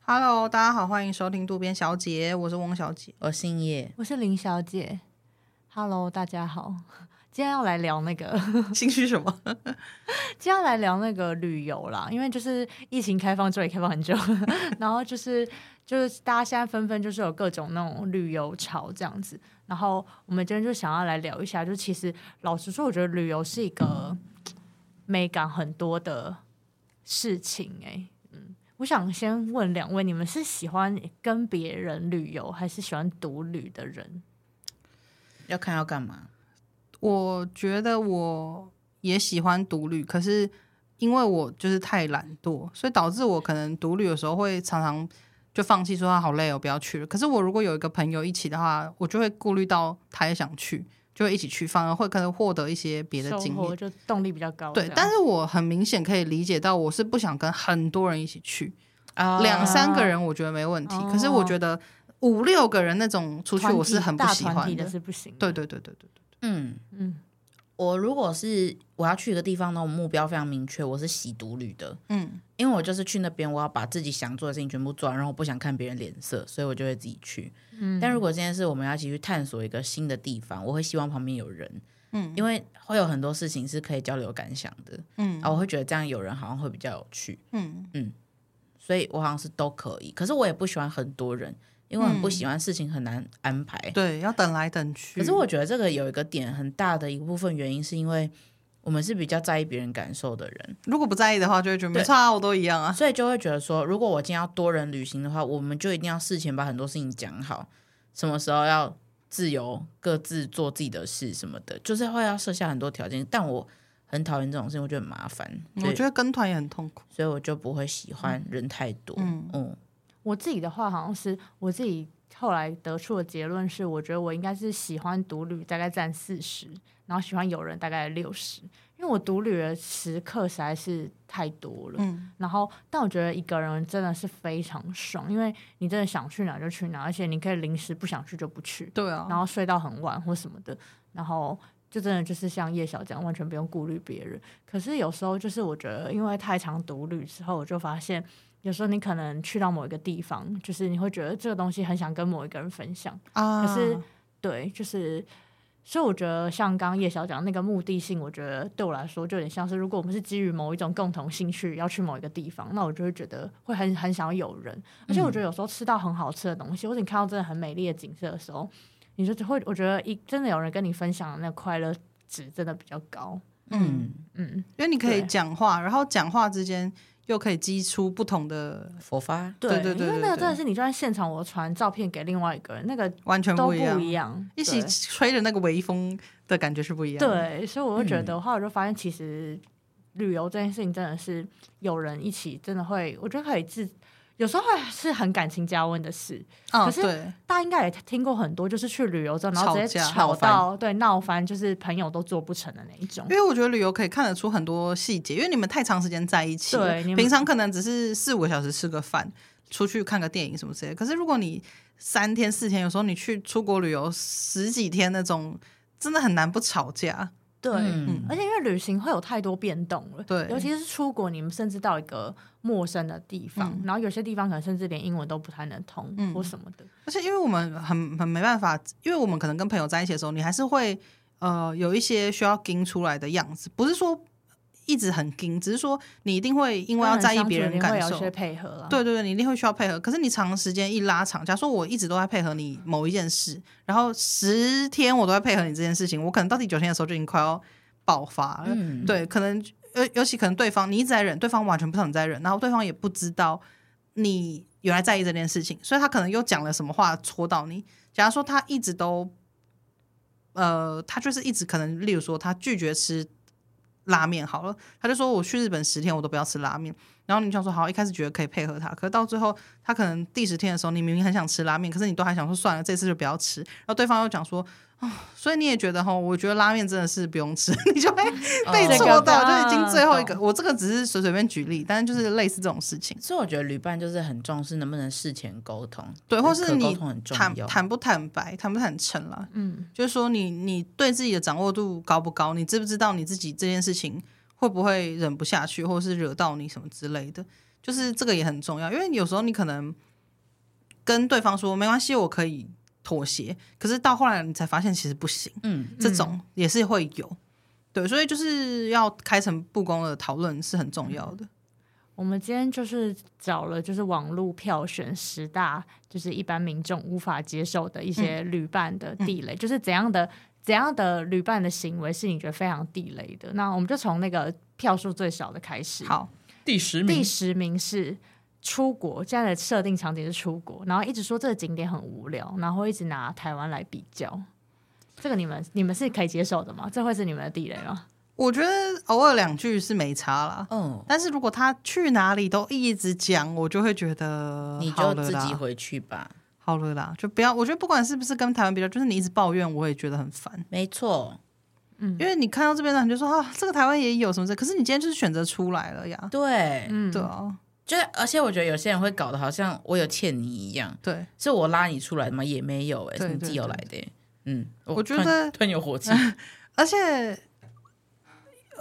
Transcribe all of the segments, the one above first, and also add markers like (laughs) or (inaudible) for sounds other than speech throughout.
Hello，大家好，欢迎收听渡边小姐，我是翁小姐。 (laughs) 我姓叶，我是林小姐，Hello，大家好。今天要来聊那个， (laughs) 兴趣什么？今天要来聊那个旅游啦，因为就是疫情开放之后也开放很久， (laughs) 然后就是就是大家现在纷纷就是有各种那种旅游潮这样子，然后我们今天就想要来聊一下，就其实老实说，我觉得旅游是一个美感很多的事情哎、嗯，我想先问两位，你们是喜欢跟别人旅游，还是喜欢独旅的人？要看要干嘛？我觉得我也喜欢独旅，可是因为我就是太懒惰，所以导致我可能独旅的时候会常常就放弃，说他好累哦，不要去了。可是我如果有一个朋友一起的话，我就会顾虑到他也想去，就会一起去，反而会可能获得一些别的收经获验。就动力比较高这对样。，但是我很明显可以理解到，我是不想跟很多人一起去，啊两三个人我觉得没问题，可是我觉得五六个人那种出去哦团我是体很不大喜团欢体的。的是不行。对，对对对对对，嗯，嗯，我如果是我要去一个地方呢，我目标非常明确，我是洗独旅的，嗯，因为我就是去那边，我要把自己想做的事情全部做完，然后我不想看别人脸色，所以我就会自己去。嗯但如果今天是我们要一起去探索一个新的地方，我会希望旁边有人，嗯，因为会有很多事情是可以交流感想的，嗯，哦啊，我会觉得这样有人好像会比较有趣，嗯嗯，所以我好像是都可以，可是我也不喜欢很多人，因为我很不喜欢事情很难安排，对，要等来等去。可是我觉得这个有一个点很大的一部分原因，是因为我们是比较在意别人感受的人，如果不在意的话，就会觉得没差啊，我都一样啊。所以就会觉得说，如果我今天要多人旅行的话，我们就一定要事前把很多事情讲好，什么时候要自由各自做自己的事什么的，就是会要设下很多条件。但我很讨厌这种事情，我觉得很麻烦，所我以觉得跟团也很痛苦。所以我就不会喜欢人太多。嗯我自己的话，好像是我自己后来得出的结论是，我觉得我应该是喜欢独旅，大概占四十，然后喜欢有人大概六十，因为我独旅的时刻实在是太多了。嗯然后，但我觉得一个人真的是非常爽，因为你真的想去哪就去哪，而且你可以临时不想去就不去。对啊，然后睡到很晚或什么的，然后就真的就是像叶小这样，完全不用顾虑别人。可是有时候就是我觉得，因为太常独旅之后，我就发现有时候你可能去到某一个地方，就是你会觉得这个东西很想跟某一个人分享，啊，可是对，就是。所以我觉得，像刚刚叶小讲那个目的性，我觉得对我来说就有点像是，如果我们是基于某一种共同兴趣要去某一个地方，那我就会觉得会很很想要有人。而且我嗯觉得有时候吃到很好吃的东西，或者你看到真的很美丽的景色的时候，你就只会我觉得一真的有人跟你分享的那个快乐值真的比较高。嗯，嗯，因为你可以对讲话，然后讲话之间又可以激出不同的，佛发对对对因对为那个对真的是你就算现场我传照片给另外一个人，那个完全都不一样，一样，起对吹的那个微风的感觉是不一样嗯的。对，所以我就觉得的话，我就发现其实旅游这件事情真的是有人一起，真的会，我觉得可以自，有时候会是很感情加温的事。啊，可是对，大家应该也听过很多，就是去旅游之后，然后直接吵架吵闹翻到对闹翻，就是朋友都做不成的那一种因。为我觉得旅游可以看得出很多细节，因为你们太长时间在一起了，对你们平常可能只是四五个小时吃个饭，出去看个电影什么之类的。可是如果你三天四天，有时候你去出国旅游十几天那种，真的很难不吵架。对，嗯而且因为旅行会有太多变动了，对尤其是出国，你们甚至到一个陌生的地方，嗯然后有些地方可能甚至连英文都不太能通、或什么的。而且因为我们很很没办法，因为我们可能跟朋友在一起的时候，你还是会呃有一些需要盯出来的样子，不是说一直很盯，只是说你一定会因为要在意别人感跟人相处受一定会有一。些配合啊。对对对，你一定会需要配合。可是你长时间一拉长，假如说我一直都在配合你某一件事，然后十天我都在配合你这件事情，我可能到第九天的时候就已经快要爆发了。嗯对，啊可能尤尤其可能对方你一直在忍，对方完全不知道你在忍，然后对方也不知道你原来在意这件事情，所以他可能又讲了什么话戳到你。假如说他一直都，呃，他就是一直可能，例如说他拒绝吃拉面好了，他就说我去日本十天我都不要吃拉面。然后你想说好，一开始觉得可以配合他，可是到最后他可能第十天的时候，你明明很想吃拉面，可是你都还想说算了，这次就不要吃。然后对方又讲说。哦，所以你也觉得哈，我觉得拉面真的是不用吃，你就会被这个戳到，吧就已经最后一个。懂我这个只是随随便举例，但是就是类似这种事情，所以我觉得旅伴就是很重视能不能事前沟通，对，或是可沟你通很重坦要。坦不坦白，坦不坦诚啦，嗯，就是说你你对自己的掌握度高不高，你知不知道你自己这件事情会不会忍不下去，或是惹到你什么之类的。就是这个也很重要，因为有时候你可能跟对方说没关系，我可以妥协，可是到后来你才发现其实不行，嗯，这种也是会有。对，所以就是要开诚布公的讨论是很重要的。我们今天就是找了就是网络票选十大，就是一般民众无法接受的一些旅伴的地雷，就是怎样的怎样的旅伴的行为是你觉得非常地雷的。那我们就从那个票数最少的开嗯始。，好，第十第十名是出国，现在的设定场景是出国，然后一直说这个景点很无聊，然后一直拿台湾来比较。这个你们你们是可以接受的吗？这会是你们的地雷吗？我觉得偶尔两句是没差啦，嗯，但是如果他去哪里都一直讲，我就会觉得你好就了自己啦，回去吧。好了啦，就不要。我觉得不管是不是跟台湾比较，就是你一直抱怨，我也觉得很烦。没错，嗯因为你看到这边的人就说啊，这个台湾也有什么事，可是你今天就是选择出来了呀，对，嗯，对啊，就是而且我觉得有些人会搞得好像我有欠你一样，对，是我拉你出来的吗？也没有、欸，哎，对是你自己对有来的欸、嗯，我觉突然得嗯突然有火气， (laughs) 而且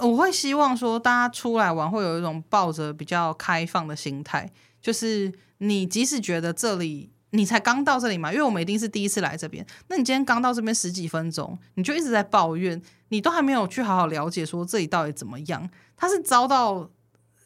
我会希望说，大家出来玩会有一种抱着比较开放的心态，就是你即使觉得这里。你才刚到这里嘛，因为我们一定是第一次来这边。那你今天刚到这边十几分钟，你就一直在抱怨，你都还没有去好好了解说这里到底怎么样。他是遭到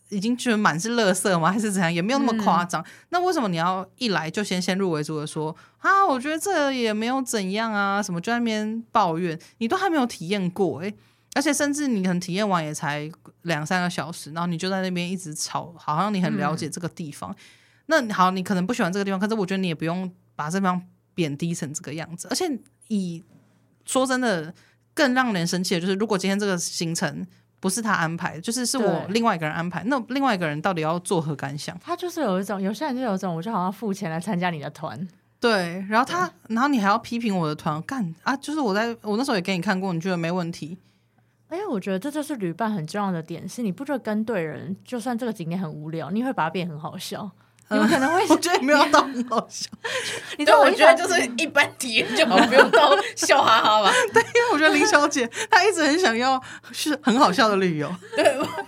已经觉得满是垃圾吗？还是怎样？也没有那么夸张。那为什么你要一来就先先入为主的说啊？我觉得这也没有怎样啊，什么就在那边抱怨，你都还没有体验过诶、而且甚至你可能体验完也才两三个小时，然后你就在那边一直吵，好像你很了解这个地方。那你好，你可能不喜欢这个地方，可是我觉得你也不用把这地方贬低成这个样子。而且以说真的，更让人生气的就是，如果今天这个行程不是他安排的，就是是我对另外一个人安排，那另外一个人到底要作何感想？他就是有一种，有些人就有一种，我就好像付钱来参加你的团，对，然后他，然后你还要批评我的团干啊？就是我在我那时候也给你看过，你觉得没问题？而且哎我觉得这就是旅伴很重要的点，是你不觉得跟对人，就算这个景点很无聊，你会把它变很好笑。你们可能会，嗯我觉得也没有到很好笑，你对，知道我一觉得想就是一般体验就好，不用 (laughs) 到笑哈哈吧。因为我觉得林小姐她一直很想要是很好笑的旅游。对，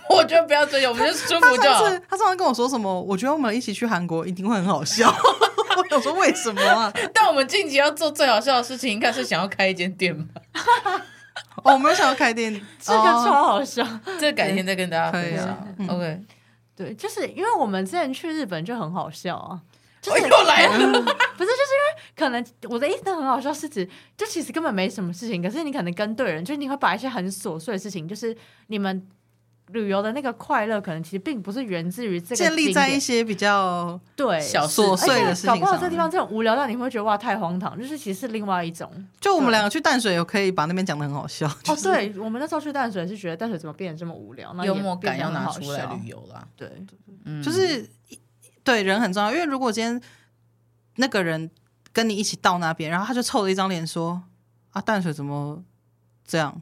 我觉得不要追求，我们就舒她服就上好。次她上次跟我说什么？我觉得我们一起去韩国一定会很好笑。 (laughs) 我想说为什么啊？但我们近期要做最好笑的事情，应该是想要开一间店吧？哦，我没有想要开店，这个哦超好笑。 (laughs) 这改天再跟大家分享。可以啊 OK，对，就是因为我们之前去日本就很好笑啊，就我是哎哦又来了，不是就是因为可能我的意思很好笑是指，就其实根本没什么事情，可是你可能跟对人，就是你会把一些很琐碎的事情，就是你们旅游的那个快乐，可能其实并不是源自于这个建立景在点一些比较对小事琐而碎的且事搞情不好上这地面。方这种无聊到你会觉得哇太荒唐，就是其实是另外一种。就我们两个去淡水，有可以把那边讲的很好笑。哦，对，我们那时候去淡水是觉得淡水怎么变得这么无聊，嗯那也幽默感变要得很拿好出来笑旅游啦。对，嗯，就是对人很重要，因为如果今天那个人跟你一起到那边，然后他就臭着一张脸说：“啊，淡水怎么这样？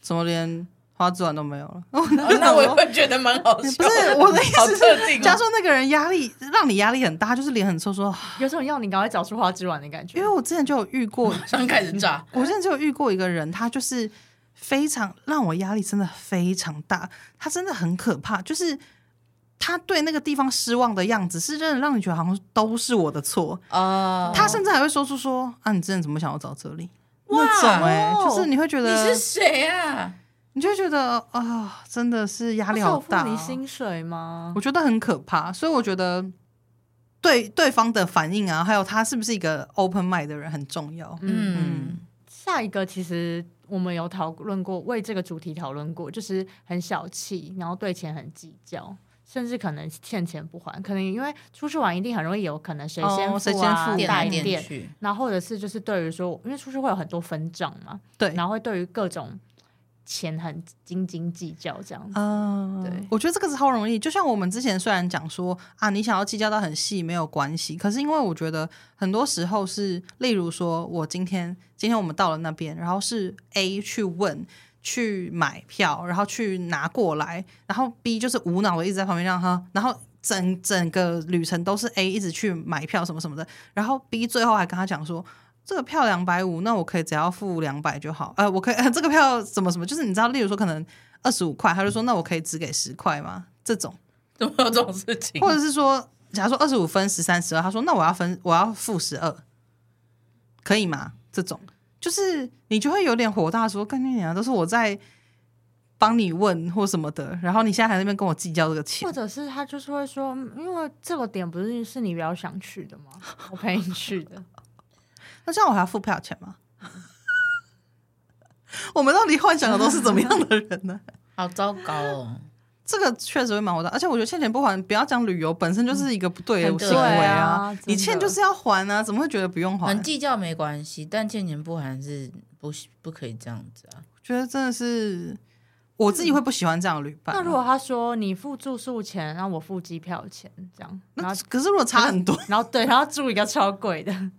怎么连花枝丸都没有了？” (laughs) 哦哦那我也会觉得蛮好笑。不是我的意好思是，特定假如哦。说那个人压力让你压力很大，就是脸很臭说，有种要你赶快找出花枝丸的感觉因为。我之前就有遇 (laughs) 过，刚开始炸，我之前就有遇过一个人，他就是非常让我压力真的非常大，他真的很可怕，就是他对那个地方失望的样子，是真的让你觉得好像都是我的错。哦，他甚至还会说出说啊，你之前怎么想要找这里？哇那种哎、哦就是你会觉你得，是谁啊？你就会觉得啊、真的是压他力是好有付大、你哦。薪水吗？我觉得很可怕，所以我觉得对对方的反应啊，还有他是不是一个 open mind 的人很重要。嗯，下一个其实我们有讨论过，为这个主题讨论过，就是很小气，然后对钱很计较，甚至可能欠钱不还。可能因为出去玩一定很容易有可能谁先哦谁付先啊，付店带来店店嗯去，然后或者是就是对于说，因为出去会有很多分账嘛，对然后会对于各种钱很斤斤计较这样子。嗯，对我觉得这个超容易。就像我们之前虽然讲说啊，你想要计较到很细没有关系，可是因为我觉得很多时候是，例如说我今天今天我们到了那边，然后是 A 去问。去买票，然后去拿过来，然后 B 就是无脑的一直在旁边让他，然后整整个旅程都是 A 一直去买票什么什么的，然后 B 最后还跟他讲说，这个票两百五，那我可以只要付两百就好，呃，我可以、这个嗯票怎么什么，就是你知道，例如说可能二十五块，他就说那我可以只给十块吗？这种怎么有这种事嗯情？或者是说，假如说二十五分、十三、十二，他说那我要分，我要负十二，可以吗？这种就是你就会有点火大说，干你娘，都是我在帮你问或什么的，然后你现在还在那边跟我计较这个钱或，者是他就是会说，嗯因为这个点不是是你比较想去的吗？我陪你 (laughs) 去的，那这样我还要付票钱吗？ (laughs) 我们到底幻想的都是怎么样的人呢？ (laughs) 好糟糕哦！这个确实会蛮火大，而且我觉得欠钱不还，不要讲旅游本身就是一个不对的很对行为嗯啊真的你欠就是要还啊，怎么会觉得不用还？很计较没关系，但欠钱不还是不不可以这样子啊。觉得真的是我自己会不喜欢这样的旅伴啊、嗯那如果他说你付住宿钱，然后我付机票钱，这样，然那后可是如果差很多，然后对，然后住一个超贵的，嗯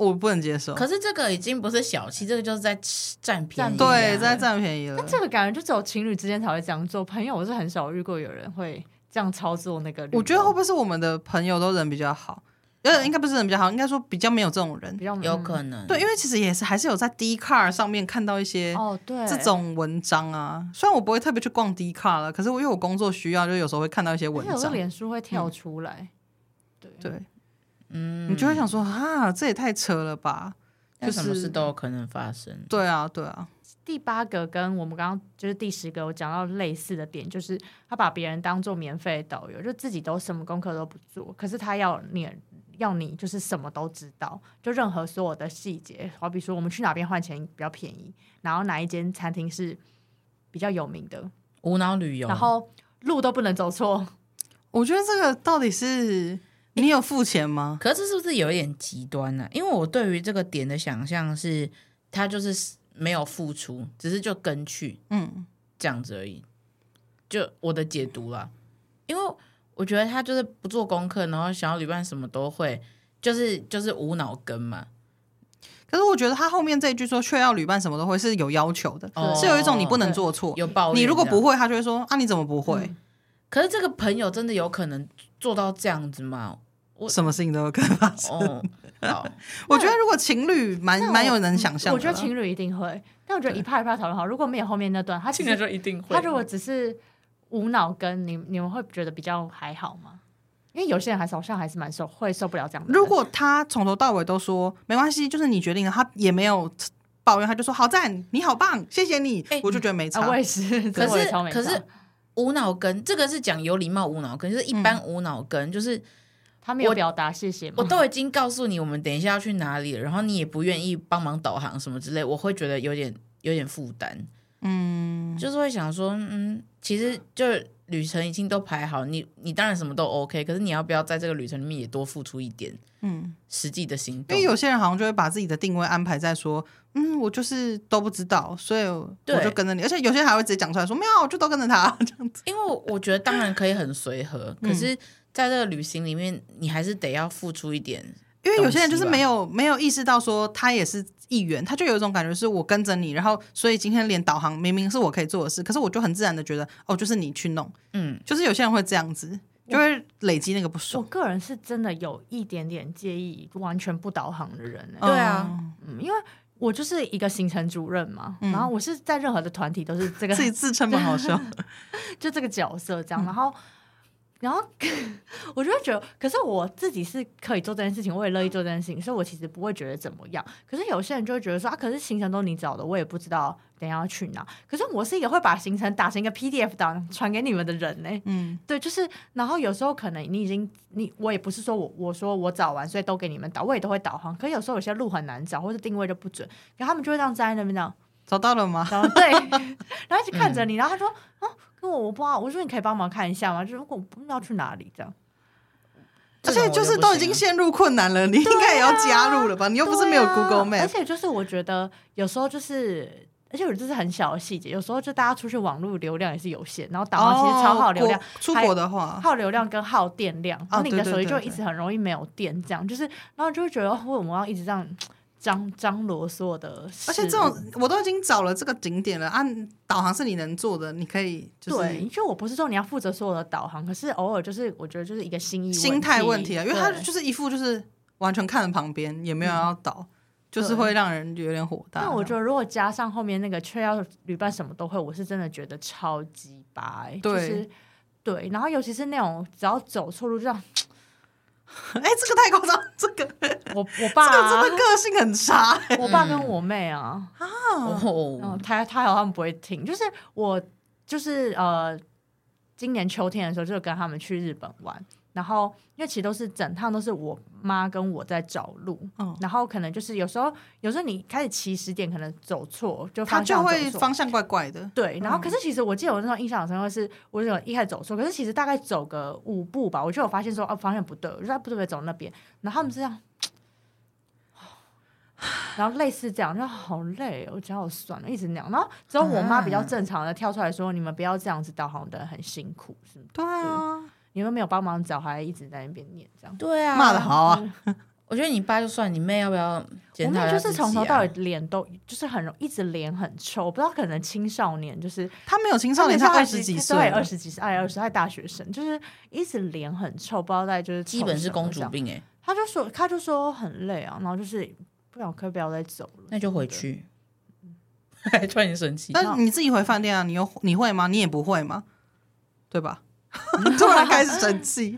我不能接受。可是这个已经不是小气，这个就是在吃占便宜啊。对，在嗯占便宜了 (laughs) 那。这个感觉就只有情侣之间才会这样做，朋友我是很少遇过有人会这样操作那个旅游。我觉得会不会是我们的朋友都人比较好？呃，应该不是人比较好，应该说比较没有这种人比。较有嗯可能。对，因为其实也是还是有在 d c a r 上面看到一些哦，对，这种文章啊。虽然我不会特别去逛 d c a r 了，可是我因为我工作需要，就有时候会看到一些而文且有时候章。嗯脸书会跳出来，对，对，嗯，你就会想说啊，这也太扯了吧？但什么就是事都有可能发生。对啊，对啊，第八个跟我们刚刚就是第十个，我讲到类似的点，就是他把别人当做免费的导游，就自己都什么功课都不做，可是他要你要你就是什么都知道，就任何所有的细节，好比说我们去哪边换钱比较便宜，然后哪一间餐厅是比较有名的，无脑旅游，然后路都不能走错，我觉得这个到底是你有付钱吗？可是这是不是有一点极端呢、因为我对于这个点的想象是，他就是没有付出，只是就跟去嗯，这样子而已。就我的解读啦，因为我觉得他就是不做功课，然后想要旅伴什么都会，就是就是无脑跟嘛。可是我觉得他后面这一句说却要旅伴什么都会是有要求的，哦是有一种你不能做错。有暴力。你如果不会，会，他就会说啊你怎么不会？嗯可是这个朋友真的有可能做到这样子吗？我什么事情都有可能发生。哦，好，我觉得如果情侣蛮那我蛮有能想象的啦，我觉得情侣一定会，但我觉得一趴一趴讨论好，如果没有后面那段，他只进来是就一定会。他如果只是无脑跟你你们会觉得比较还好吗？因为有些人还是好像还是蛮受会受不了这样的人。如果他从头到尾都说没关系，就是你决定了，他也没有抱怨，他就说好赞，你好棒，谢谢你，哎我就觉得没差。啊，我 (laughs) 也是，可这我也是超没可差是无脑跟这个是讲有礼貌无脑跟，就是一嗯般无脑跟，就是他没有我表达谢谢吗？我都已经告诉你我们等一下要去哪里了，然后你也不愿意帮忙导航什么之类，我会觉得有点有点负担，嗯，就是会想说，嗯，其实就是旅程已经都排好，你你当然什么都 OK，可是你要不要在这个旅程里面也多付出一点，嗯，实际的行因动为？有些人好像就会把自己的定位安排在说，嗯，我就是都不知道，所以我对就跟着你，而且有些人还会直接讲出来说没有，我就都跟着他 (laughs) 这样子。因为我觉得当然可以很 (laughs) 随和，嗯可是在这个旅行里面，你还是得要付出一点。因为有些人就是没有没有意识到说他也是一员，他就有一种感觉是我跟着你，然后所以今天连导航明明是我可以做的事，可是我就很自然的觉得哦，就是你去弄，嗯，就是有些人会这样子，就会累积那个不我爽。个人是真的有一点点介意完全不导航的人、欸，对啊嗯，嗯，因为我就是一个行程主任嘛，嗯然后我是在任何的团体都是这个嗯自己自称蛮好笑。就这个角色这样，然后。然后 (laughs) 我就会觉得，可是我自己是可以做这件事情，我也乐意做这件事情，所以我其实不会觉得怎么样。可是有些人就会觉得说啊，可是行程都你找的，我也不知道等一下要去哪。可是我是一个会把行程打成一个 PDF 档传给你们的人呢、嗯，对，就是，然后有时候可能你已经你我也不是说我我说我找完，所以都给你们导，我也都会导航。可有时候有些路很难找，或者定位就不准，然后他们就会这样站在那边这样，找到了吗？然后 (laughs) 对，然后一直看嗯着你，然后他说啊，跟我我不知道，我说你可以帮忙看一下吗？就是我不知道去哪里这样。而且就是都已啊经陷入困难了，你应该也要加入了吧？你又不是没有对啊 Google 而 Map，且就是我觉得有时候就是。而且我这是很小的细节，有时候就大家出去网络流量也是有限，然后导航其实超耗流量哦，国出国的话，耗流量跟耗电量，然后你的对手对机就对一直很容易没有电，这样就是，然后就会觉得哦为什么要一直这样张张罗所有的事而物？且这种我都已经找了这个景点了啊，导航是你能做的，你可以就是对，就我不是说你要负责所有的导航，可是偶尔就是我觉得就是一个心意心态问题啊，因为他对就是一副就是完全看着旁边，也没有要导，就是会让人有点火大。但我觉得得如果加上后面那个却要旅伴什么都会，我是真的觉得超级白、对就是对，然后尤其是那种只要走错路就这样，哎、这个太夸张，这个、我我 (laughs) 爸、这个啊真的个性很差、哎我爸跟我妹啊，然后嗯哦，他他好像不会听，就是我就是呃，今年秋天的时候就跟他们去日本玩，然后因为其实都是整趟都是我妈跟我在找路，嗯然后可能就是有时候有时候你开始起始点可能走错，就他方就向走会错方向怪怪的。对，然后嗯可是其实我记得我那时候印象很深刻是，我有一开始走错，可是其实大概走个五步吧，我就有发现说哦方向不对，我就说啊不对不对走那边，然后他们这样，然后类似这样，就好累哦，我脚好酸了，一直那样。然后只有我妈比嗯较正常的跳出来说，你们不要这样子，导航的很辛苦，是吗？对啊，你们没有帮忙找，还一直在那边念这样。对啊，骂的好嗯啊，我觉得你爸就算，你妹要不要我检讨一妹下就自是己从头啊到尾脸都就是很容一直脸很臭，我不知道可能青少年就是他没有青少年，他二十几岁对，了，二十几岁，哎，二十岁大学生，就是一直脸很臭，不知道在就是基本是臭什么公主这样。病哎、他就说，他就说很累啊，然后就是不想可以不要再走了，那就回去。嗯突然间生气， (laughs) 但你自己回饭店啊，你又你会吗？你也不会吗？ (laughs) 对 (laughs) 吧？突然开始生气，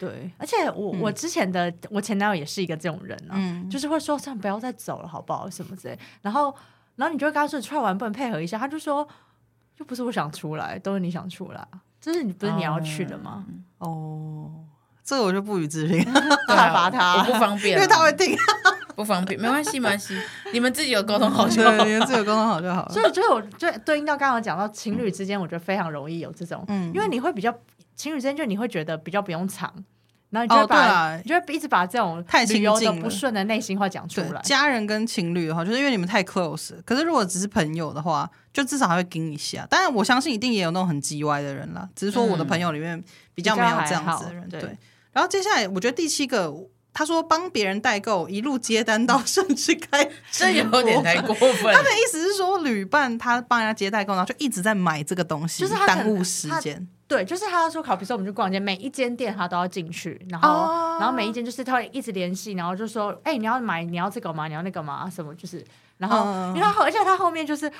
对。而且我、我之前的我前男友也是一个这种人啊，嗯，就是会说算了不要再走了好不好什么之类，然后然后你就会跟他说你出来玩不能配合一下，他就说又不是我想出来，都是你想出来，啊就是你不是你哦要去的吗？哦，这个我就不予置评， (laughs) 对大啊罚他我不方便因啊，为他会 (laughs) 定。不方便，没关系，没关系，你们自己有沟通好就 (laughs) 好。 (laughs) 对，你们自己有沟通好就好了。所以就是我就对应到刚刚讲到情侣之间，我觉得非常容易有这种，嗯因为你会比较情侣之间，就你会觉得比较不用藏，然后你就哦，会对把、啦你，就会一直把这种太亲旅游近的了不顺的内心话讲出对来，家人跟情侣的话，就是因为你们太 close 了。可是如果只是朋友的话，就至少还会盯一下。当然，我相信一定也有那种很叽歪的人啦，只是说我的朋友里面比较没有这样子的人。比较还好对对。然后接下来，我觉得第七个，他说帮别人代购，一路接单到甚至开 (laughs) 这有点太过分他。的意思是说，旅伴他帮人家接代购，然后就一直在买这个东西，就是他可能耽误时间。对，就是他说，好，比如说我们去逛街，每一间店他都要进去，然后、哦然后每一间就是他会一直联系，然后就说，哎、你要买，你要这个吗？你要那个吗？什么就是，然后、嗯因为他后，而且他后面就是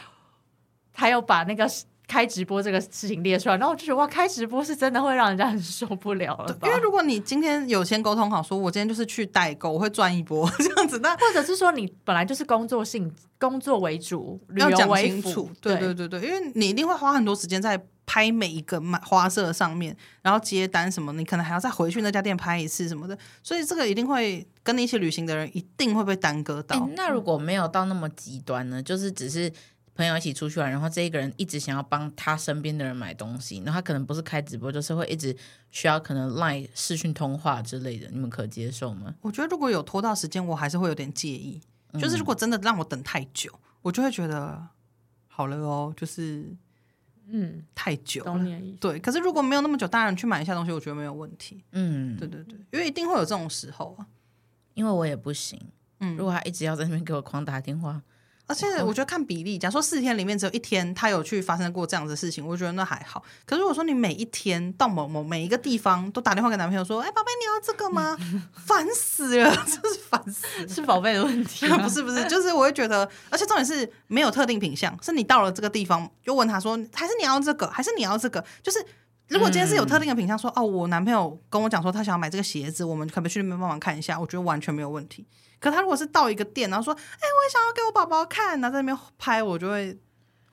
他有把那个开直播这个事情列出来，然后我就觉得哇，开直播是真的会让人家很受不了了吧因为如果你今天有先沟通好，说我今天就是去代购，我会赚一 (laughs) 波这样子，那或者是说你本来就是工作性工作为主，旅要游讲为清辅楚，，对对对对，因为你一定会花很多时间在拍每一个买花色上面，然后接单什么，你可能还要再回去那家店拍一次什么的，所以这个一定会跟你一起旅行的人一定会被耽搁到。哎那如果没有到那么极端呢？就是只是朋友一起出去玩，然后这一个人一直想要帮他身边的人买东西，然后他可能不是开直播，就是会一直需要可能 Line 视讯通话之类的，你们可接受吗？我觉得如果有拖到时间，我还是会有点介意。就是如果真的让我等太久，我就会觉得好了哦，就是嗯，太久了懂你的意思。对，可是如果没有那么久，当然去买一下东西，我觉得没有问题。嗯，对对对，因为一定会有这种时候啊。因为我也不行。嗯如果他一直要在那边给我狂打电话，而且我觉得看比例，假如说四天里面只有一天他有去发生过这样的事情，我觉得那还好。可是如果说你每一天到某某每一个地方都打电话给男朋友说：“哎，宝贝，你要这个吗？”烦死了， (laughs) 真是烦死了。是宝贝的问题 (laughs) 不是不 (laughs) 是，就是我会觉得，而且重点是没有特定品相，是你到了这个地方就问他说，还是你要这个，还是你要这个，就是。如果今天是有特定的品相，说哦，我男朋友跟我讲说他想要买这个鞋子，我们可不可以去那边帮忙看一下？我觉得完全没有问题。可他如果是到一个店，然后说，哎、我也想要给我宝宝看，然后在那边拍，我就会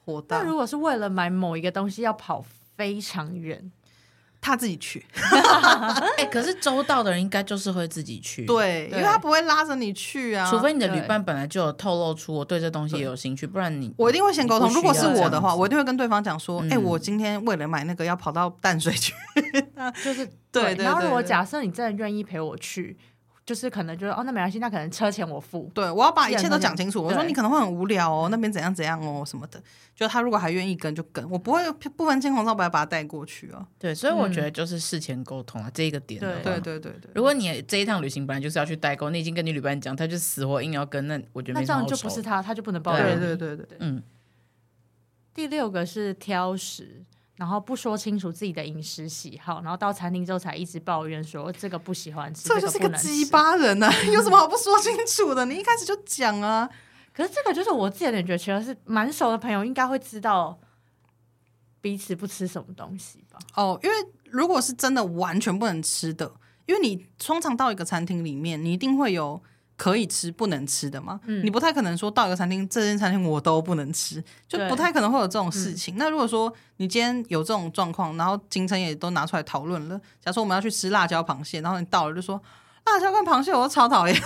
火大那。如果是为了买某一个东西要跑非常远，他自己去，哎、可是周到的人应该就是会自己去，，对，因为他不会拉着你去啊。除非你的对旅伴本来就有透露出我对这东西也有兴趣，不然你我一定会先沟通。不需如要果是我的这话，样子我一定会跟对方讲说，哎、嗯我今天为了买那个要跑到淡水去。就是对对然后如果对对假设你真的愿意陪我去，就是可能就是哦，那没关系，那可能车钱我付。对，我要把一切既然都他讲讲清楚。我说对你可能会很无聊哦，那边怎样怎样哦什么的。就他如果还愿意跟就跟，我不会不分青红皂白把他带过去啊。对，所以我觉得就是事前沟通啊，这一个点的话对对对对，如果你这一趟旅行本来就是要去代购，你已经跟你旅伴讲，他就死活硬要跟，那我觉得那没这什么样好就愁不是他，他就不能包容对你。对对对对，嗯，第六个是挑食，然后不说清楚自己的饮食喜好，然后到餐厅之后才一直抱怨说这个不喜欢吃，这就是个个不能吃鸡。巴人呐、啊， (laughs) 有什么好不说清楚的？你一开始就讲啊。可是这个就是我自己的感觉，其实是蛮熟的朋友应该会知道彼此不吃什么东西吧。哦，因为如果是真的完全不能吃的，因为你通常到一个餐厅里面，你一定会有可以吃不能吃的嘛，你不太可能说到一个餐厅，这间餐厅我都不能吃，就对不太可能会有这种事情。那如果说你今天有这种状况，然后行程也都拿出来讨论了，假如说我们要去吃辣椒螃蟹，然后你到了就说辣椒跟螃蟹我都超讨厌，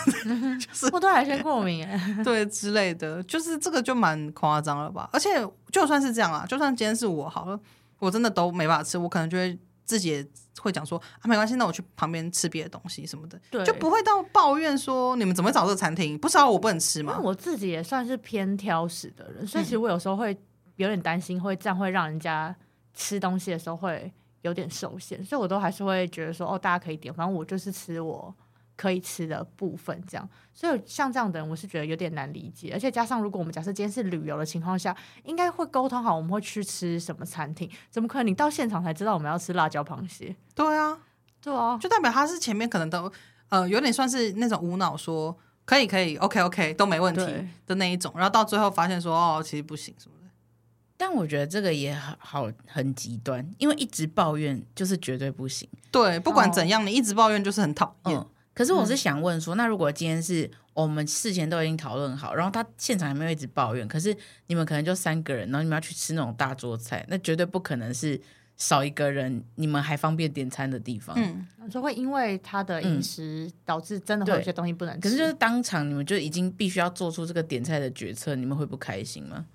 我对海鲜过敏哎， (laughs) 对之类的，就是这个就蛮夸张了吧？而且就算是这样啊，就算今天是我好了，我真的都没办法吃，我可能就会自己也会讲说啊，没关系，那我去旁边吃别的东西什么的，对，就不会到抱怨说你们怎么会找这个餐厅，不是啊要我不能吃因为吗？我自己也算是偏挑食的人，所以其实我有时候会有点担心，会这样会让人家吃东西的时候会有点受限，所以我都还是会觉得说，哦，大家可以点，反正我就是吃我可以吃的部分这样。所以像这样的人，我是觉得有点难理解，而且加上如果我们假设今天是旅游的情况下，应该会沟通好我们会去吃什么餐厅，怎么可能你到现场才知道我们要吃辣椒螃蟹？对啊，对啊，就代表他是前面可能都呃有点算是那种无脑说可以可以，OK OK 都没问题对的那一种，然后到最后发现说哦其实不行什么的，但我觉得这个也好好很极端，因为一直抱怨就是绝对不行。对，不管哦怎样你一直抱怨就是很讨厌，嗯，可是我是想问说，那如果今天是我们事前都已经讨论好，然后他现场还没有一直抱怨，可是你们可能就三个人，然后你们要去吃那种大桌菜，那绝对不可能是少一个人，你们还方便点餐的地方。嗯。就会因为他的饮食导致真的会有些东西不能吃，可是就是当场你们就已经必须要做出这个点菜的决策，你们会不开心吗？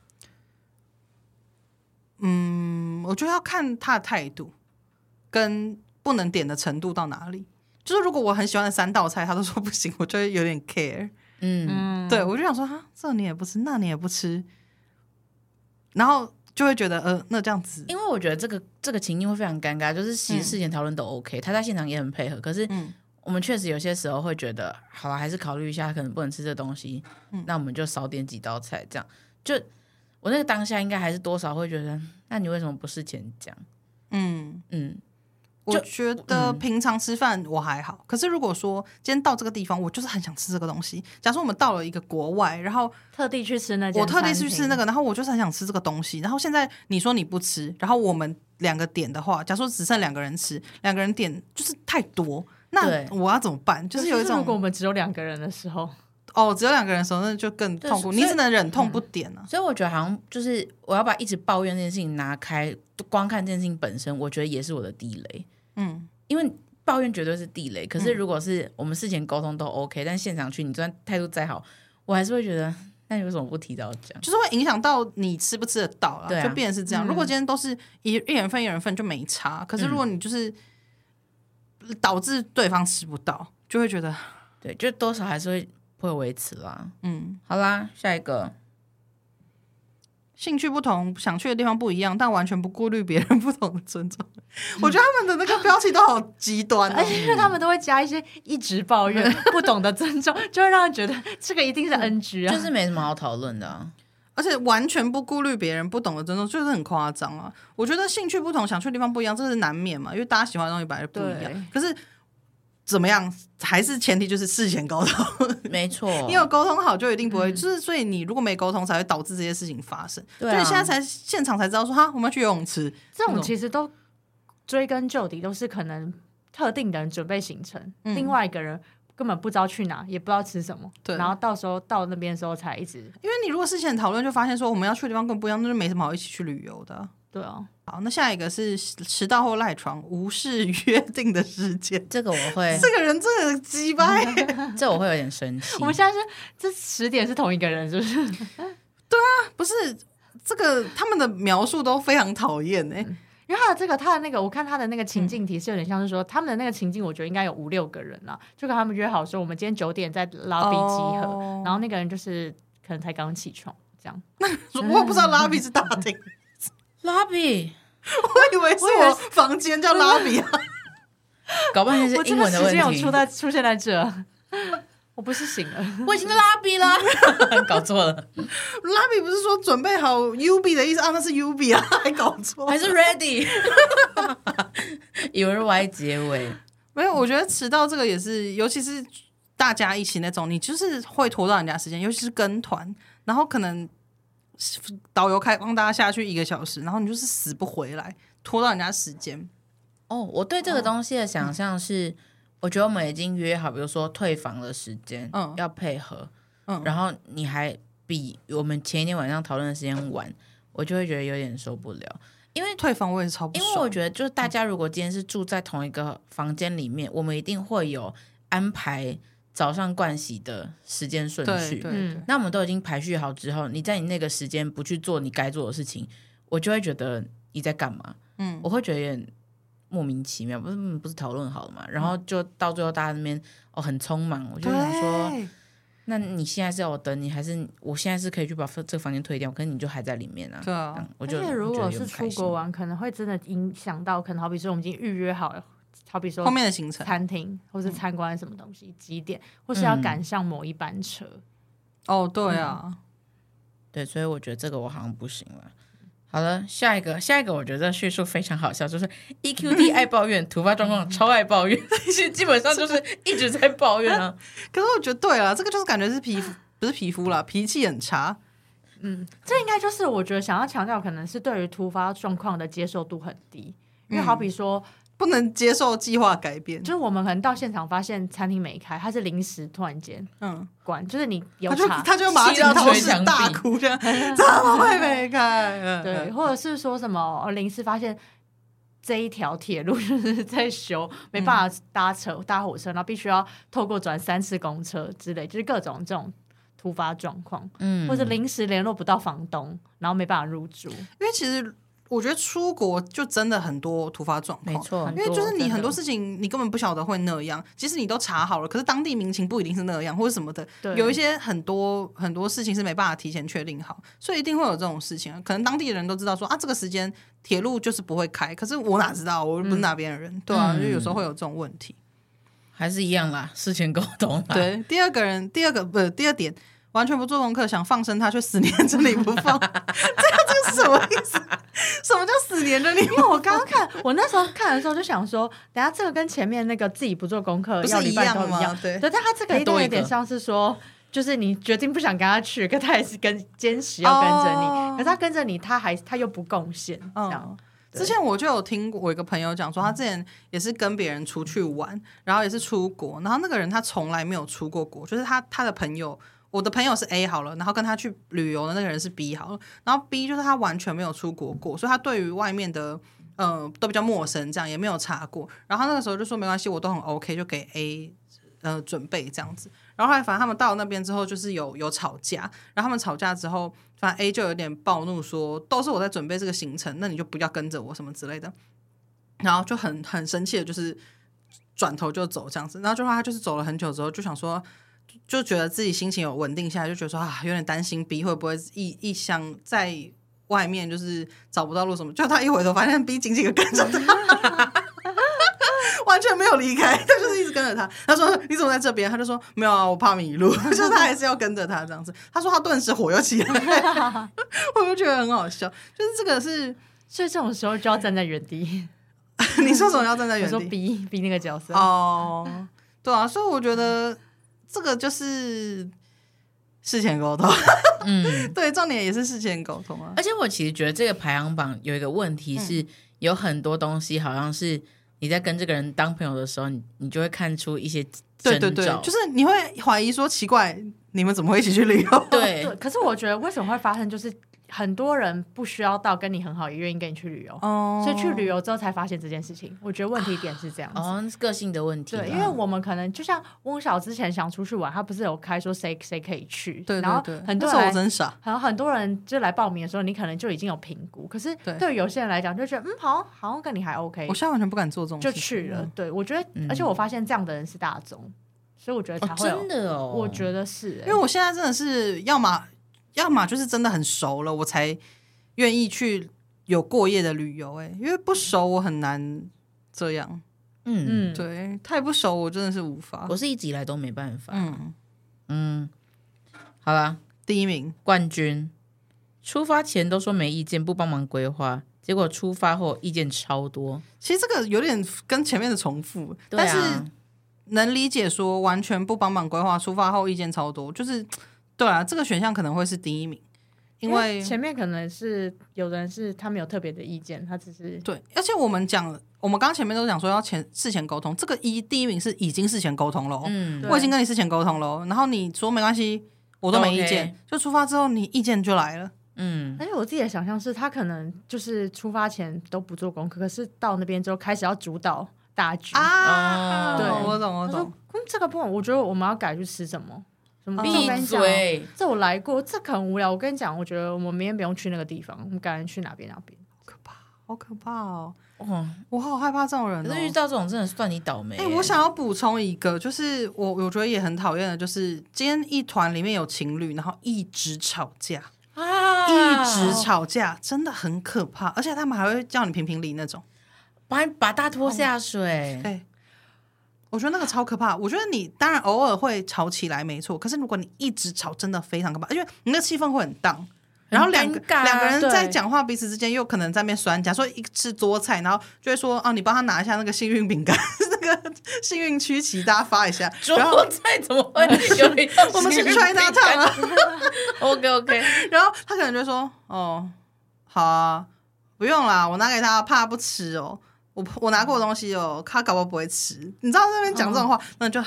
嗯，我觉得要看他的态度跟不能点的程度到哪里。就是如果我很喜欢的三道菜，他都说不行，我就会有点 care。嗯，嗯对我就想说，哈，这你也不吃，那你也不吃，然后就会觉得，呃，那这样子，因为我觉得这个这个情境会非常尴尬，就是其实事前讨论都 OK，、他在现场也很配合，可是嗯我们确实有些时候会觉得，好了，还是考虑一下，可能不能吃这东西，那我们就少点几道菜，这样就我那个当下应该还是多少会觉得，嗯那你为什么不事前讲？嗯，嗯，我觉得平常吃饭我还好，可是如果说今天到这个地方，我就是很想吃这个东西。假如说我们到了一个国外，然后特地去吃那间，我特地去吃那，个，然后我就是很想吃这个东西。然后现在你说你不吃，然后我们两个点的话，假如说只剩两个人吃，两个人点就是太多，那对我要怎么办？就是有一如果我种们只有两个人的时候，哦，只有两个人的时候，那就更对痛苦，所以嗯你只能忍痛不点啊。所以我觉得好像就是我要把一直抱怨这件事情拿开，光看这件事情本身，我觉得也是我的地雷，嗯，因为。抱怨绝对是地雷，可嗯是如果是我们事前沟通都 OK，、但现场去你就算态度再好，我还是会觉得，那你为什么不提早讲？就是会影响到你吃不吃得到啦，对啊就变成是这样。嗯如果今天都是一一人份一人份就没差，可是如果嗯你就是导致对方吃不到，就会觉得对，就多少还是会会维持啦。嗯。好啦，下一个，兴趣不同，想去的地方不一样，但完全不顾虑别人 (laughs) 不同的尊重。我觉得他们的那个标题都好极端、而哦，嗯且因为他们都会加一些一直 (laughs) 抱怨、不懂得尊重， (laughs) 就会让人觉得这个一定是嗯 NG 啊。就是没什么好讨论的啊、而且完全不顾虑别人不懂的尊重，就是很夸张啊！我觉得兴趣不同，想去的地方不一样，这是难免嘛，因为大家喜欢的东西本来就不一样对。可是怎么样，还是前提就是事前沟通。哦没错， (laughs) (laughs) 你有沟通好，就一定不会，就是所以你如果没沟通，才会导致这些事情发生。嗯对啊所以现在才现场才知道说，哈，我们要去游泳池，这种其实都追根究底都是可能特定的人准备行程，嗯另外一个人根本不知道去哪，也不知道吃什么，对然后到时候到那边的时候才一直因为你如果事前讨论，就发现说我们要去的地方更不一样，那就没什么好一起去旅游的啊、对哦，好，那下一个是迟到或赖床，无视 (laughs) 约定的时间。这个我会，这个人真的很鸡掰，这我会有点生气。我们现在是这十点是同一个人，是不是？ (laughs) 不是这个他们的描述都非常讨厌哎。因为他的这个，他的那个，我看他的那个嗯情境题是有点像是说，他们的那个情境，我觉得应该有五六个人啦，就跟他们约好说，我们今天九点在拉比集合，哦然后那个人就是可能才刚起床，这样。我也不知道拉比是大厅， lobby 我以为是我房间叫拉比啊。搞半天是我这英个文的时问间有题出，在出现在这， (laughs) 我不是醒了，我已经是 lobby 了， (laughs) 搞错了，拉比不是说准备好 UB 的意思啊？那是 UB 啊，还搞错。还是 ready，以为是 Y 结尾，没嗯有，我觉得迟到这个也是，尤其是大家一起那种，你就是会拖到人家时间，尤其是跟团，然后可能导游开帮大家下去一个小时，然后你就是死不回来，拖到人家时间。哦，我对这个东西的想象是，我觉得我们已经约好，比如说退房的时间，嗯要配合，嗯然后你还比我们前一天晚上讨论的时间晚，我就会觉得有点受不了，因为退房我也超不因爽，为我觉得，就是大家如果今天是住在同一个房间里面，我们一定会有安排早上盥洗的时间顺对序对。嗯对，那我们都已经排序好之后，你在你那个时间不去做你该做的事情，我就会觉得你在干嘛？嗯我会觉得有点莫名其妙。不是不是讨论好了嘛？嗯然后就到最后大家那边哦很匆忙，我就想说，嗯对那你现在是要我等你，还是我现在是可以去把这个房间推掉？可是你就还在里面啊。对这啊样，我而就且如我觉得果有是点不出开心国玩，可能会真的影响到，可能好比说我们已经预约好了，好比说后面的行程餐厅或是参观什么东西几点，或是要嗯赶上某一班车。哦，对啊，对，所以我觉得这个我好像不行了。好了，下一个，下一个，我觉得叙述非常好笑，就是 EQD 爱抱怨，突发状况超爱抱怨， (laughs) 其实基本上就是一直在抱怨啊。可是我觉得对啊了，这个就是感觉是皮肤不是皮肤啦，脾气很差，嗯，这应该就是我觉得想要强调，可能是对于突发状况的接受度很低。因为好比说，不能接受计划改变就，是我们可能到现场发现餐厅没开，它是临时突然间嗯，关，就是你有他就查，他就马气到上捶头是墙大壁哭 (laughs) 这样，怎么会没开？嗯对，，或者是说什么呃临时发现这一条铁路 (laughs) 就是在修，没办法搭车、搭火车，然后必须要透过转三次公车之类，就是各种这种突发状况，嗯或者临时联络不到房东，然后没办法入住，因为其实我觉得出国就真的很多突发状况没，错很，因为就是真你的很多事情你根本不晓得会那样，即使你都查好了，可是当地民情不一定是那样或者什么的，对，有一些很多很多事情是没办法提前确定好，所以一定会有这种事情啊。可能当地人都知道说啊，这个时间铁路就是不会开，可是我哪知道？我又不是那边的人，对啊，嗯就有时候会有这种问题。还是一样啦，事前沟通啦。对，第二个人，第二个不，第二点。完全不做功课，想放生他，却死黏着你不放，这 (laughs) 样这是什么意思？ (laughs) 什么叫死黏着你不因为我刚刚看，我那时候看的时候就想说，等下这个跟前面那个自己不做功课不要是旅一伴都样一样吗，？对，对，但他这再个一定多一有点个像是说，就是你决定不想跟他去，可他也是跟坚持要跟着你，哦可是他跟着你，他还他又不贡献，这样嗯，之前我就有听过，我一个朋友讲说，他之前也是跟别人出去玩，然后也是出国，然后那个人他从来没有出过国，就是他他的朋友，我的朋友是 A 好了，然后跟他去旅游的那个人是 B 好了，然后 B 就是他完全没有出国过，所以他对于外面的呃都比较陌生，这样也没有查过，然后他那个时候就说没关系，我都很 OK，就给 A 呃准备这样子，然后后来反正他们到那边之后就是有有吵架，然后他们吵架之后，反正 A 就有点暴怒说，都是我在准备这个行程，那你就不要跟着我什么之类的，然后就很很生气的，就是转头就走这样子，然后就说他就是走了很久之后，就想说。就就觉得自己心情有稳定下来，就觉得说啊，有点担心 B 会不会一一想在外面就是找不到路什么，就他一回头发现 B 紧紧的跟着他，完全没有离开，嗯他就是一直跟着他。他说你怎么在这边？他就说没有啊，我怕迷 (laughs) 路，就是他还是要跟着他这样子。他说他顿时火又起来， (laughs) 我就觉得很好笑，就是这个是所以这种时候就要站在原地。你说什么要 (laughs) 站在我原说地？逼逼那个角色，哦，对啊，所以我觉得这个就是事前沟通，(laughs) 嗯，对，重点也是事前沟通哎啊。而且我其实觉得这个排行榜有一个问题是，有很多东西好像是你在跟这个人当朋友的时候，你你就会看出一些对征对对，兆，就是你会怀疑说奇怪，你们怎么会一起去旅游？对哦对，可是我觉得为什么会发生，就是很多人不需要到跟你很好，也愿意跟你去旅游，哦所以去旅游之后才发现这件事情。我觉得问题点是这样子。哦，那是个性的问题啦。对，因为我们可能就像翁晓之前想出去玩，他不是有开说谁谁可以去，哦对然后对对，很多那时候人我真傻，还有很多人就来报名的时候，你可能就已经有评估，可是对对于有些人来讲，就觉得嗯，好像好像跟你还 OK，我现在完全不敢做这种哎就事情去了。嗯对我觉得嗯，而且我发现这样的人是大众，所以我觉得才哦，会有真。的哦，我觉得是、因欸，为我现在真的是要么要么就是真的很熟了，我才愿意去有过夜的旅游。哎，因为不熟我很难这样，嗯嗯，对，太不熟我真的是无法我。是一直以来都没办法。嗯，嗯，好啦，第一名，冠军。出发前都说没意见，不帮忙规划，结果出发后意见超多。其实这个有点跟前面的重复，对但啊是能理解说完全不帮忙规划，出发后意见超多，就是对啊，这个选项可能会是第一名，因为前面可能是有人是他没有特别的意见，他只是对，而且我们讲我们刚前面都讲说要前事前沟通，这个一第一名是已经事前沟通了哦，嗯对我已经跟你事前沟通了哦，然后你说没关系，我都没意见 OK 就出发之后你意见就来了，嗯，而且我自己的想象是，他可能就是出发前都不做功课，可是到那边之后开始要主导大局。啊，哦对，对我懂我他说懂，：“嗯，这个不懂，我觉得我们要改去吃什么？什么？闭我跟闭你讲，嘴，这我来过，这个很无聊。我跟你讲，我觉得我们明天不用去那个地方，我们改天去哪边哪边。好可怕哦，哇！我好害怕这种人、可哦。是遇到这种真的算你倒霉欸。哎、我想要补充一个，就是我我觉得也很讨厌的，就是今天一团里面有情侣，然后一直吵架，啊，一直吵架，真的很可怕，而且他们还会叫你评评理那种。把把大拖下水。对，我觉得那个超可怕。我觉得你当然偶尔会吵起来，没错。可是如果你一直吵，真的非常可怕，因为你的气氛会很荡。然后两个尴尬啊两个人在对讲话，彼此之间又可能在那边酸。假如说一吃桌菜，然后就会说：“哦，你帮他拿一下那个幸运饼干， (laughs) 那个幸运曲奇，大家发一下。”然后桌菜怎么会有一？ (laughs) 我们是 China Town (laughs) 啊。 OK OK，然后他可能就说：“哦，好啊，不用啦，我拿给他，怕他不吃哦。我我拿过的东西哦，他搞不好不会吃。你知道那边讲这种话，那你就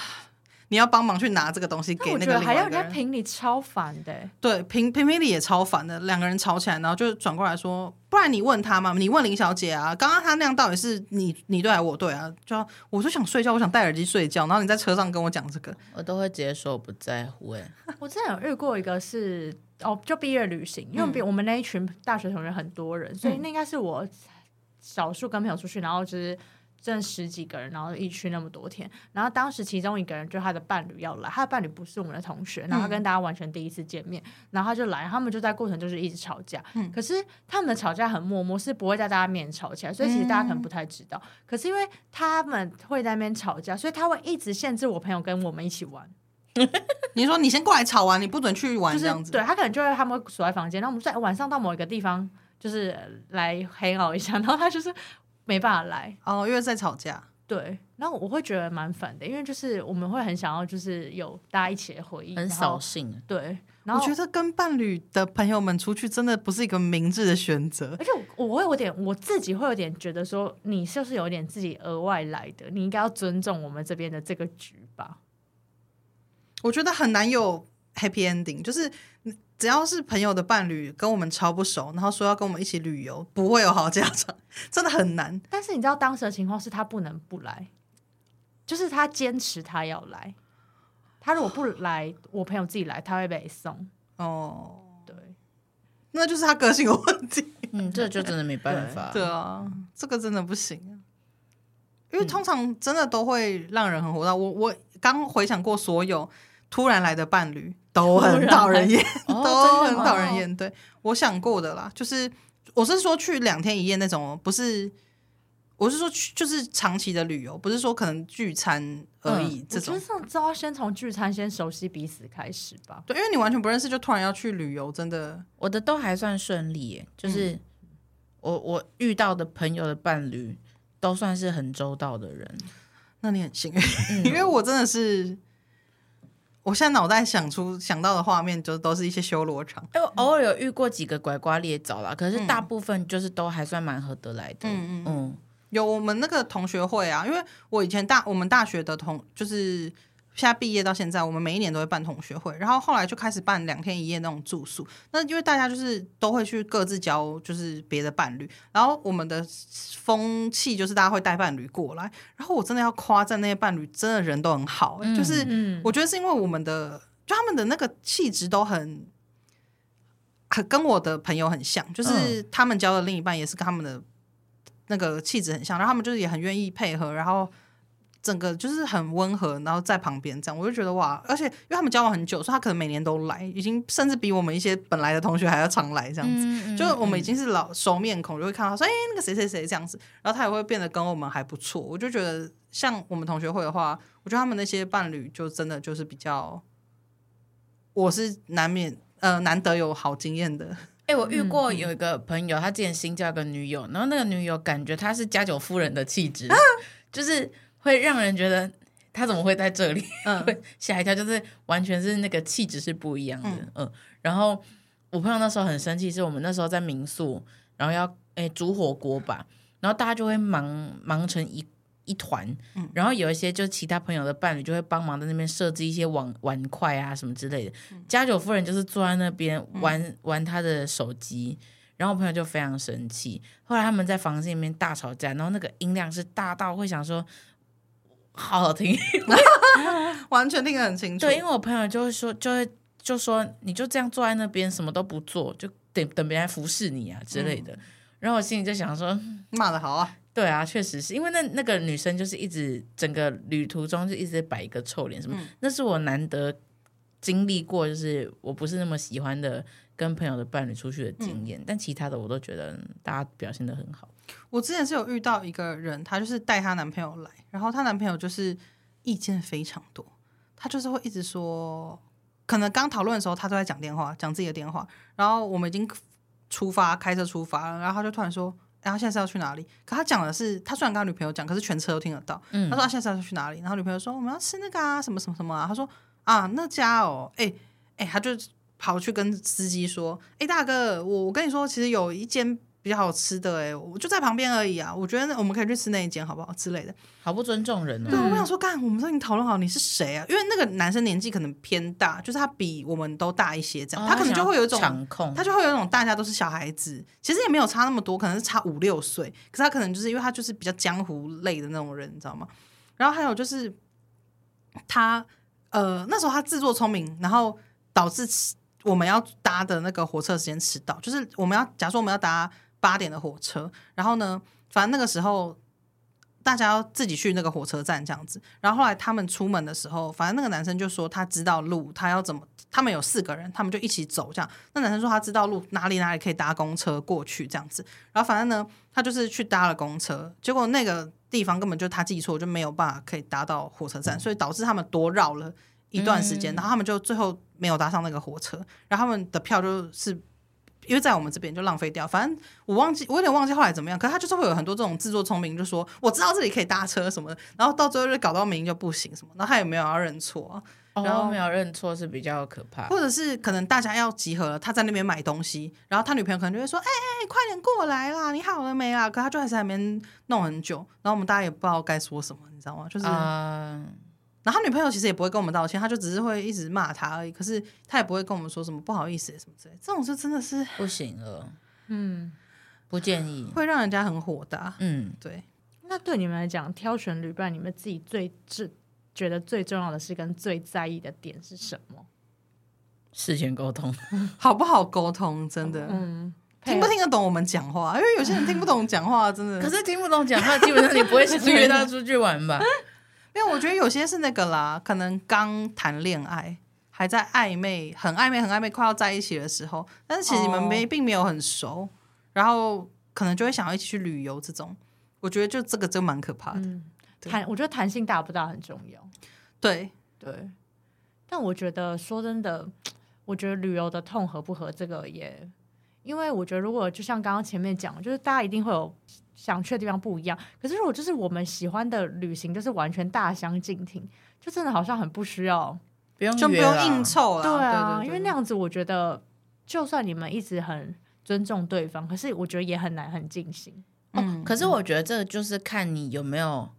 你要帮忙去拿这个东西嗯但给我那觉个得另还外要一人个家人。评理，超烦的欸、对，评评评理也超烦的，两个人吵起来，然后就转过来说：不然你问他嘛，你问林小姐啊，刚刚他那样到底是你你对还是我对啊？就要我就想睡觉，我想戴耳机睡觉，然后你在车上跟我讲这个，我都会直接说我不在乎。哎， (laughs) 我之前有遇过一个是哦，就毕业旅行，因为我们我们那一群大学同学很多人，所以那应该是我少数跟朋友出去，然后就是正十几个人，然后一去那么多天。然后当时其中一个人就他的伴侣要来，他的伴侣不是我们的同学，然后他跟大家完全第一次见面，然后他就来，他们就在过程就是一直吵架。可是他们的吵架很默默，是不会在大家面前吵起来，所以其实大家可能不太知道。可是因为他们会在那边吵架，所以他会一直限制我朋友跟我们一起玩。你说你先过来吵啊完，你不准去玩就这样是子。对他可能就会他们会锁在房间，然后我们在晚上到某一个地方就是呃来 hang out 一下， (laughs) 然后他就是没办法来，哦，因为在吵架。对，然后我会觉得蛮烦的，因为就是我们会很想要就是有大家一起的回忆，很然后扫兴。对，然我后觉得跟伴侣的朋友们出去，真的不是一个明智的选择。而且我我会有点我自己会有点觉得说你是不是有点自己额外来的，你应该要尊重我们这边的这个局吧。我觉得很难有 happy ending，就是只要是朋友的伴侣跟我们超不熟，然后说要跟我们一起旅游，不会有好下场，真的很难。但是你知道当时的情况是他不能不来，就是他坚持他要来，他如果不来，我朋友自己来，他会被送。哦，对，那就是他个性有问题。嗯，这就真的没办法。对啊，这个真的不行啊。因为通常真的都会让人很火大。我我刚回想过，所有突然来的伴侣都很讨人 (laughs) 厌。都哦，真很的讨吗？人厌。对我想过的啦，就是我是说去两天一夜那种哦，不是，我是说去就是长期的旅游，不是说可能聚餐而已、我这觉种得。这种都要先从聚餐先熟悉彼此开始吧。对，因为你完全不认识，就突然要去旅游，真的我的都还算顺利耶，就是我我遇到的朋友的伴侣都算是很周到的人。那你很幸运， (laughs) 因为我真的是，我现在脑袋想出想到的画面，就都是一些修罗场。哎，我偶尔有遇过几个拐瓜裂枣啦，可是大部分就是都还算蛮合得来的。嗯嗯有我们那个同学会啊，因为我以前大我们大学的同就是现在毕业到现在，我们每一年都会办同学会，然后后来就开始办两天一夜那种住宿。那因为大家就是都会去各自交就是别的伴侣，然后我们的风气就是大家会带伴侣过来，然后我真的要夸赞那些伴侣，真的人都很好、欸就是嗯，我觉得是因为我们的就他们的那个气质都很。很跟我的朋友很像，就是嗯他们交的另一半也是跟他们的那个气质很像，然后他们就是也很愿意配合，然后整个就是很温和，然后在旁边这样，我就觉得哇，而且因为他们交往很久，所以他可能每年都来，已经甚至比我们一些本来的同学还要常来这样子。嗯，就我们已嗯经是老熟面孔，就会看到说，哎、那个谁谁谁这样子，然后他也会变得跟我们还不错。我就觉得，像我们同学会的话，我觉得他们那些伴侣就真的就是比较，我是难免呃难得有好经验的， (laughs) 哎、我遇过有一个朋友，他之前新交一个女友，然后那个女友感觉她是加九夫人的气质，就是会让人觉得她怎么会在这里，嗯， (laughs) 会吓一跳，就是完全是那个气质是不一样的，嗯。然后我朋友那时候很生气，是我们那时候在民宿，然后要哎煮火锅吧，然后大家就会忙忙成一一团，然后有一些就其他朋友的伴侣就会帮忙在那边设置一些碗碗筷啊什么之类的。家九夫人就是坐在那边玩、玩她的手机，然后我朋友就非常生气。后来他们在房间里面大吵架，然后那个音量是大到会想说好好听，完全听得很清楚。对，因为我朋友就会说，就会就说，你就这样坐在那边什么都不做，就等等别人来服侍你啊之类的。然后我心里就想说，骂的好啊，对啊，确实是因为那那个女生就是一直整个旅途中就一直在摆一个臭脸什嗯么，那是我难得经历过，就是我不是那么喜欢的跟朋友的伴侣出去的嗯经验，但其他的我都觉得大家表现的很好。我之前是有遇到一个人，她就是带她男朋友来，然后她男朋友就是意见非常多，他就是会一直说，可能刚讨论的时候他都在讲电话，讲自己的电话，然后我们已经出发，开车出发了，然后他就突然说。然后现在是要去哪里？可他讲的是，他虽然跟他女朋友讲，可是全车都听得到。他说他现在是要去哪里？然后女朋友说我们要吃那个啊，什么什么什么啊。他说啊，那家哦，哎、哎、他就跑去跟司机说：“哎、大哥，我我跟你说，其实有一间比较好吃的、哎，我就在旁边而已啊。我觉得我们可以去吃那一间，好不好？之类的。好不尊重人对，啊哦，我想说，干，我们都已经讨论好你是谁啊？因为那个男生年纪可能偏大，就是他比我们都大一些，这样、哦他可能就会有一种想要场控，他就会有一种大家都是小孩子，其实也没有差那么多，可能是差五六岁。可是他可能就是因为他就是比较江湖类的那种人，你知道吗？然后还有就是他呃那时候他自作聪明，然后导致迟我们要搭的那个火车时间迟到，就是我们要假如说我们要搭八点的火车，然后呢，反正那个时候大家要自己去那个火车站这样子。然后后来他们出门的时候，反正那个男生就说他知道路，他要怎么，他们有四个人，他们就一起走这样。那男生说他知道路哪里哪里可以搭公车过去这样子。然后反正呢，他就是去搭了公车，结果那个地方根本就他记错，就没有办法可以搭到火车站，所以导致他们多绕了一段时间，然后他们就最后没有搭上那个火车，然后他们的票就是。因为在我们这边就浪费掉，反正我忘记，我有点忘记后来怎么样。可是他就是会有很多这种自作聪明，就说我知道这里可以搭车什么的，然后到最后就搞到明明就不行什么，然后他也没有要认错啊、然哦后没有认错是比较可怕。或者是可能大家要集合了，他在那边买东西，然后他女朋友可能就会说：“哎、哎、快点过来啦，你好了没啦？”啊可他就还在那边弄很久，然后我们大家也不知道该说什么，你知道吗？就是，啊、然后他女朋友其实也不会跟我们道歉，他就只是会一直骂他而已，可是他也不会跟我们说什么不好意思什么之类的，这种就真的是不行了，嗯，不建议。会让人家很火大。嗯，对，那对你们来讲，挑选旅伴，你们自己最最觉得最重要的是跟最在意的点是什么？事前沟通。 (laughs) 好不好沟通？真的、嗯，听不听得懂我们讲话？因为有些人听不懂讲话，真的。可是听不懂讲话，基本上你不会去约他出去玩吧？ (laughs) 因为我觉得有些是那个啦，可能刚谈恋爱，还在暧昧，很暧昧，很暧昧，快要在一起的时候，但是其实你们没、并没有很熟，然后可能就会想要一起去旅游这种。我觉得就这个真蛮可怕的，嗯，对弹我觉得弹性大不大很重要。嗯对，对，但我觉得说真的，我觉得旅游的痛合不合这个也，因为我觉得如果就像刚刚前面讲，就是大家一定会有想去的地方不一样，可是如果就是我们喜欢的旅行就是完全大相径庭，就真的好像很不需要。不用就不约啦用应酬啦，啊，对对对因为那样子我觉得，就算你们一直很尊重对方，可是我觉得也很难很尽兴。嗯可是我觉得这就是看你有没有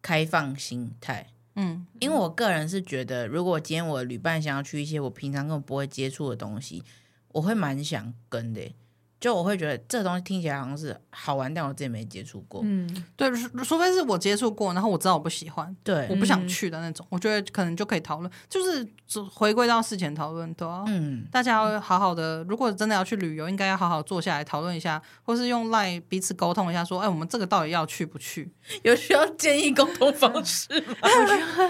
开放心态，嗯因为我个人是觉得，如果今天我的旅伴想要去一些我平常根本不会接触的东西，我会蛮想跟的欸。就我会觉得这东西听起来好像是好玩，但我自己没接触过。嗯，对，除除非是我接触过，然后我知道我不喜欢，我嗯对，不想去的那种，我觉得可能就可以讨论，就是只回归到事前讨论，对啊，嗯，大家要好好的，如果真的要去旅游，应该要好好坐下来讨论一下，或是用 line 彼此沟通一下，说，哎，我们这个到底要去不 (laughs) 去？有需要建议沟通方式吗？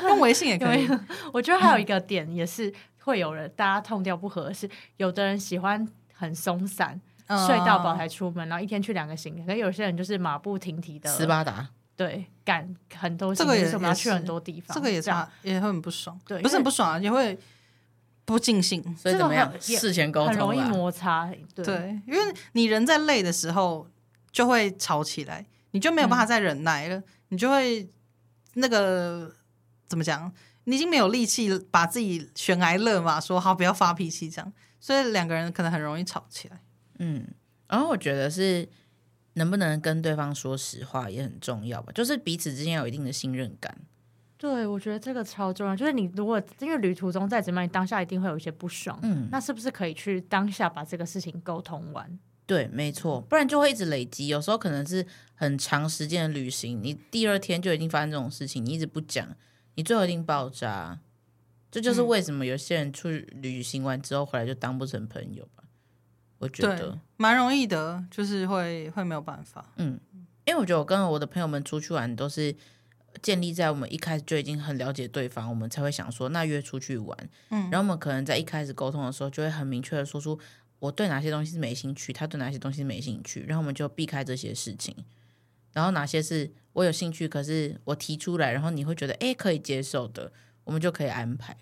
用微信也可以有。 (laughs) 我觉得还有一个点也是会有人大家痛掉不合适，有的人喜欢很松散，嗯睡到饱才出门，然后一天去两个行程，可是有些人就是马不停蹄的，斯巴达，对，赶很多这行个程，也就是我们要去也是很多地方，这个也这样差，也会很不爽，对不是因很为不爽啊，也会不尽兴。所以这怎个么样？很也事前沟很通容易啦。摩擦，啊对。对，因为你人在累的时候就会吵起来，你就没有办嗯法再忍耐了，你就会那个怎么讲？你已经没有力气把自己悬崖勒马，说好不要发脾气这样，所以两个人可能很容易吵起来。嗯，然后我觉得是能不能跟对方说实话也很重要吧，就是彼此之间要有一定的信任感。对，我觉得这个超重要。就是你如果因为旅途中再怎么样，你当下一定会有一些不爽，嗯，那是不是可以去当下把这个事情沟通完？对，没错，不然就会一直累积。有时候可能是很长时间的旅行，你第二天就已经发生这种事情，你一直不讲，你最后一定爆炸。这就是嗯为什么有些人出去旅行完之后回来就当不成朋友吧，我觉对得。，蛮容易的，就是会会没有办法。因为我觉得我跟我的朋友们出去玩都是建立在我们一开始就已经很了解对方，我们才会想说那约出去玩。嗯然后我们可能在一开始沟通的时候，就会很明确的说出我对哪些东西是没兴趣，他对哪些东西是没兴趣，然后我们就避开这些事情。然后哪些是我有兴趣，可是我提出来，然后你会觉得诶可以接受的，我们就可以安排。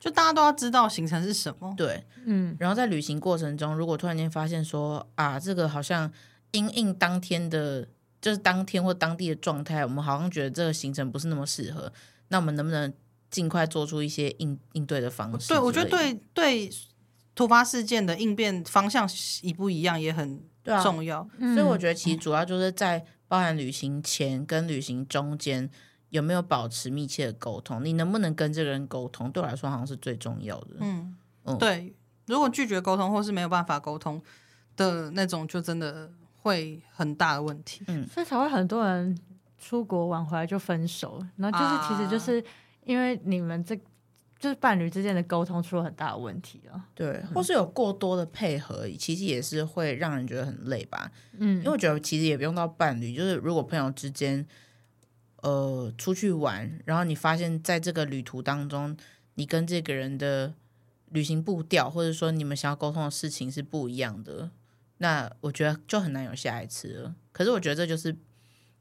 就大家都要知道行程是什么。对，嗯，然后在旅行过程中，如果突然间发现说啊，这个好像因应当天的，就是当天或当地的状态，我们好像觉得这个行程不是那么适合，那我们能不能尽快做出一些应应对的方式之对，类的？我觉得对对突发事件的应变方向一不一样也很对啊，重要。所所以我觉得其实主要就是在包含旅行前跟旅行中间有没有保持密切的沟通，你能不能跟这个人沟通，对我来说好像是最重要的。嗯嗯，对，如果拒绝沟通或是没有办法沟通的那种，就真的会很大的问题。得，所以才会很多人出国玩回来就分手，然后就是其实就是因为你们这就是伴侣之间的沟通出了很大的问题了。对，或是有过多的配合，其实也是会让人觉得很累吧。嗯因为我觉得其实也不用到伴侣，就是如果朋友之间，呃，出去玩，然后你发现在这个旅途当中，你跟这个人的旅行步调，或者说你们想要沟通的事情是不一样的，那我觉得就很难有下一次了。可是我觉得这就是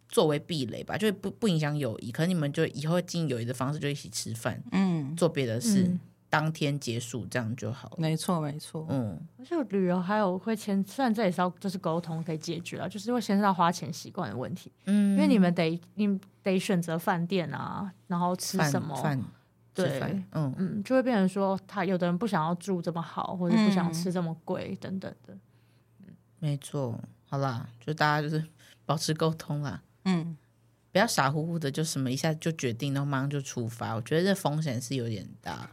作为壁垒吧，就是不不影响友谊。可是你们就以后经营友谊的方式就一起吃饭，嗯，做别的事，嗯当天结束这样就好了。没错没错。嗯，而且旅游还有会牵，虽然这也是要就是沟通可以解决啊，就是会牵涉到花钱习惯的问题。嗯，因为你们得你们得选择饭店啊，然后吃饭什么，饭吃对饭，嗯。嗯，就会变成说他有的人不想要住这么好，或者不想嗯吃这么贵、等等的。没错，好啦，就大家就是保持沟通啦， (laughs) 嗯，不要傻乎乎的就什么一下就决定，然后马上就出发。我觉得这风险是有点大。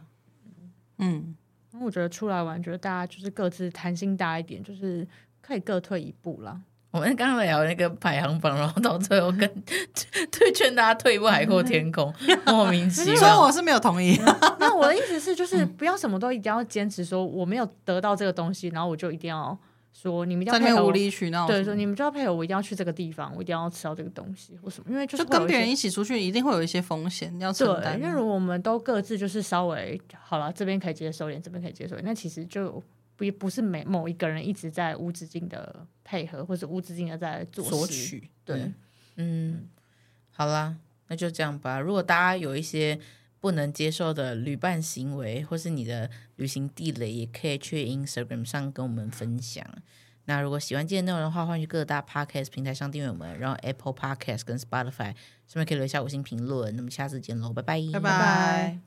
嗯，然后我觉得出来玩，觉得大家就是各自弹性大一点，就是可以各退一步啦。我们刚刚聊那个排行榜，然后到最后跟 (laughs) 退劝大家退一步海阔天空，莫名其所以妙。我是没有同意。那我的意思是，就是嗯不要什么都一定要坚持，说我没有得到这个东西，然后我就一定要说你们一定在要那配边合无我。啊理取闹，对，说你们就要配合我，一定要去这个地方，我一定要吃到这个东西或什么，因为就就是跟别人一一起出去，一定会有一些风险要承对，担啊因为。如果我们都各自就是稍微好了，这边可以接受一点，这边可以接受一点，那其实就不不是每某一个人一直在无止境的配合，或者无止境的在做索事取。对，嗯，好啦，那就这样吧。如果大家有一些不能接受的旅伴行为，或是你的旅行地雷，也可以去 Instagram 上跟我们分享。那如果喜欢今天内容的话，欢迎各大 Podcast 平台上订阅我们，然后 Apple Podcast 跟 Spotify 上面可以留下五星评论。那么下次见喽，拜拜，拜拜。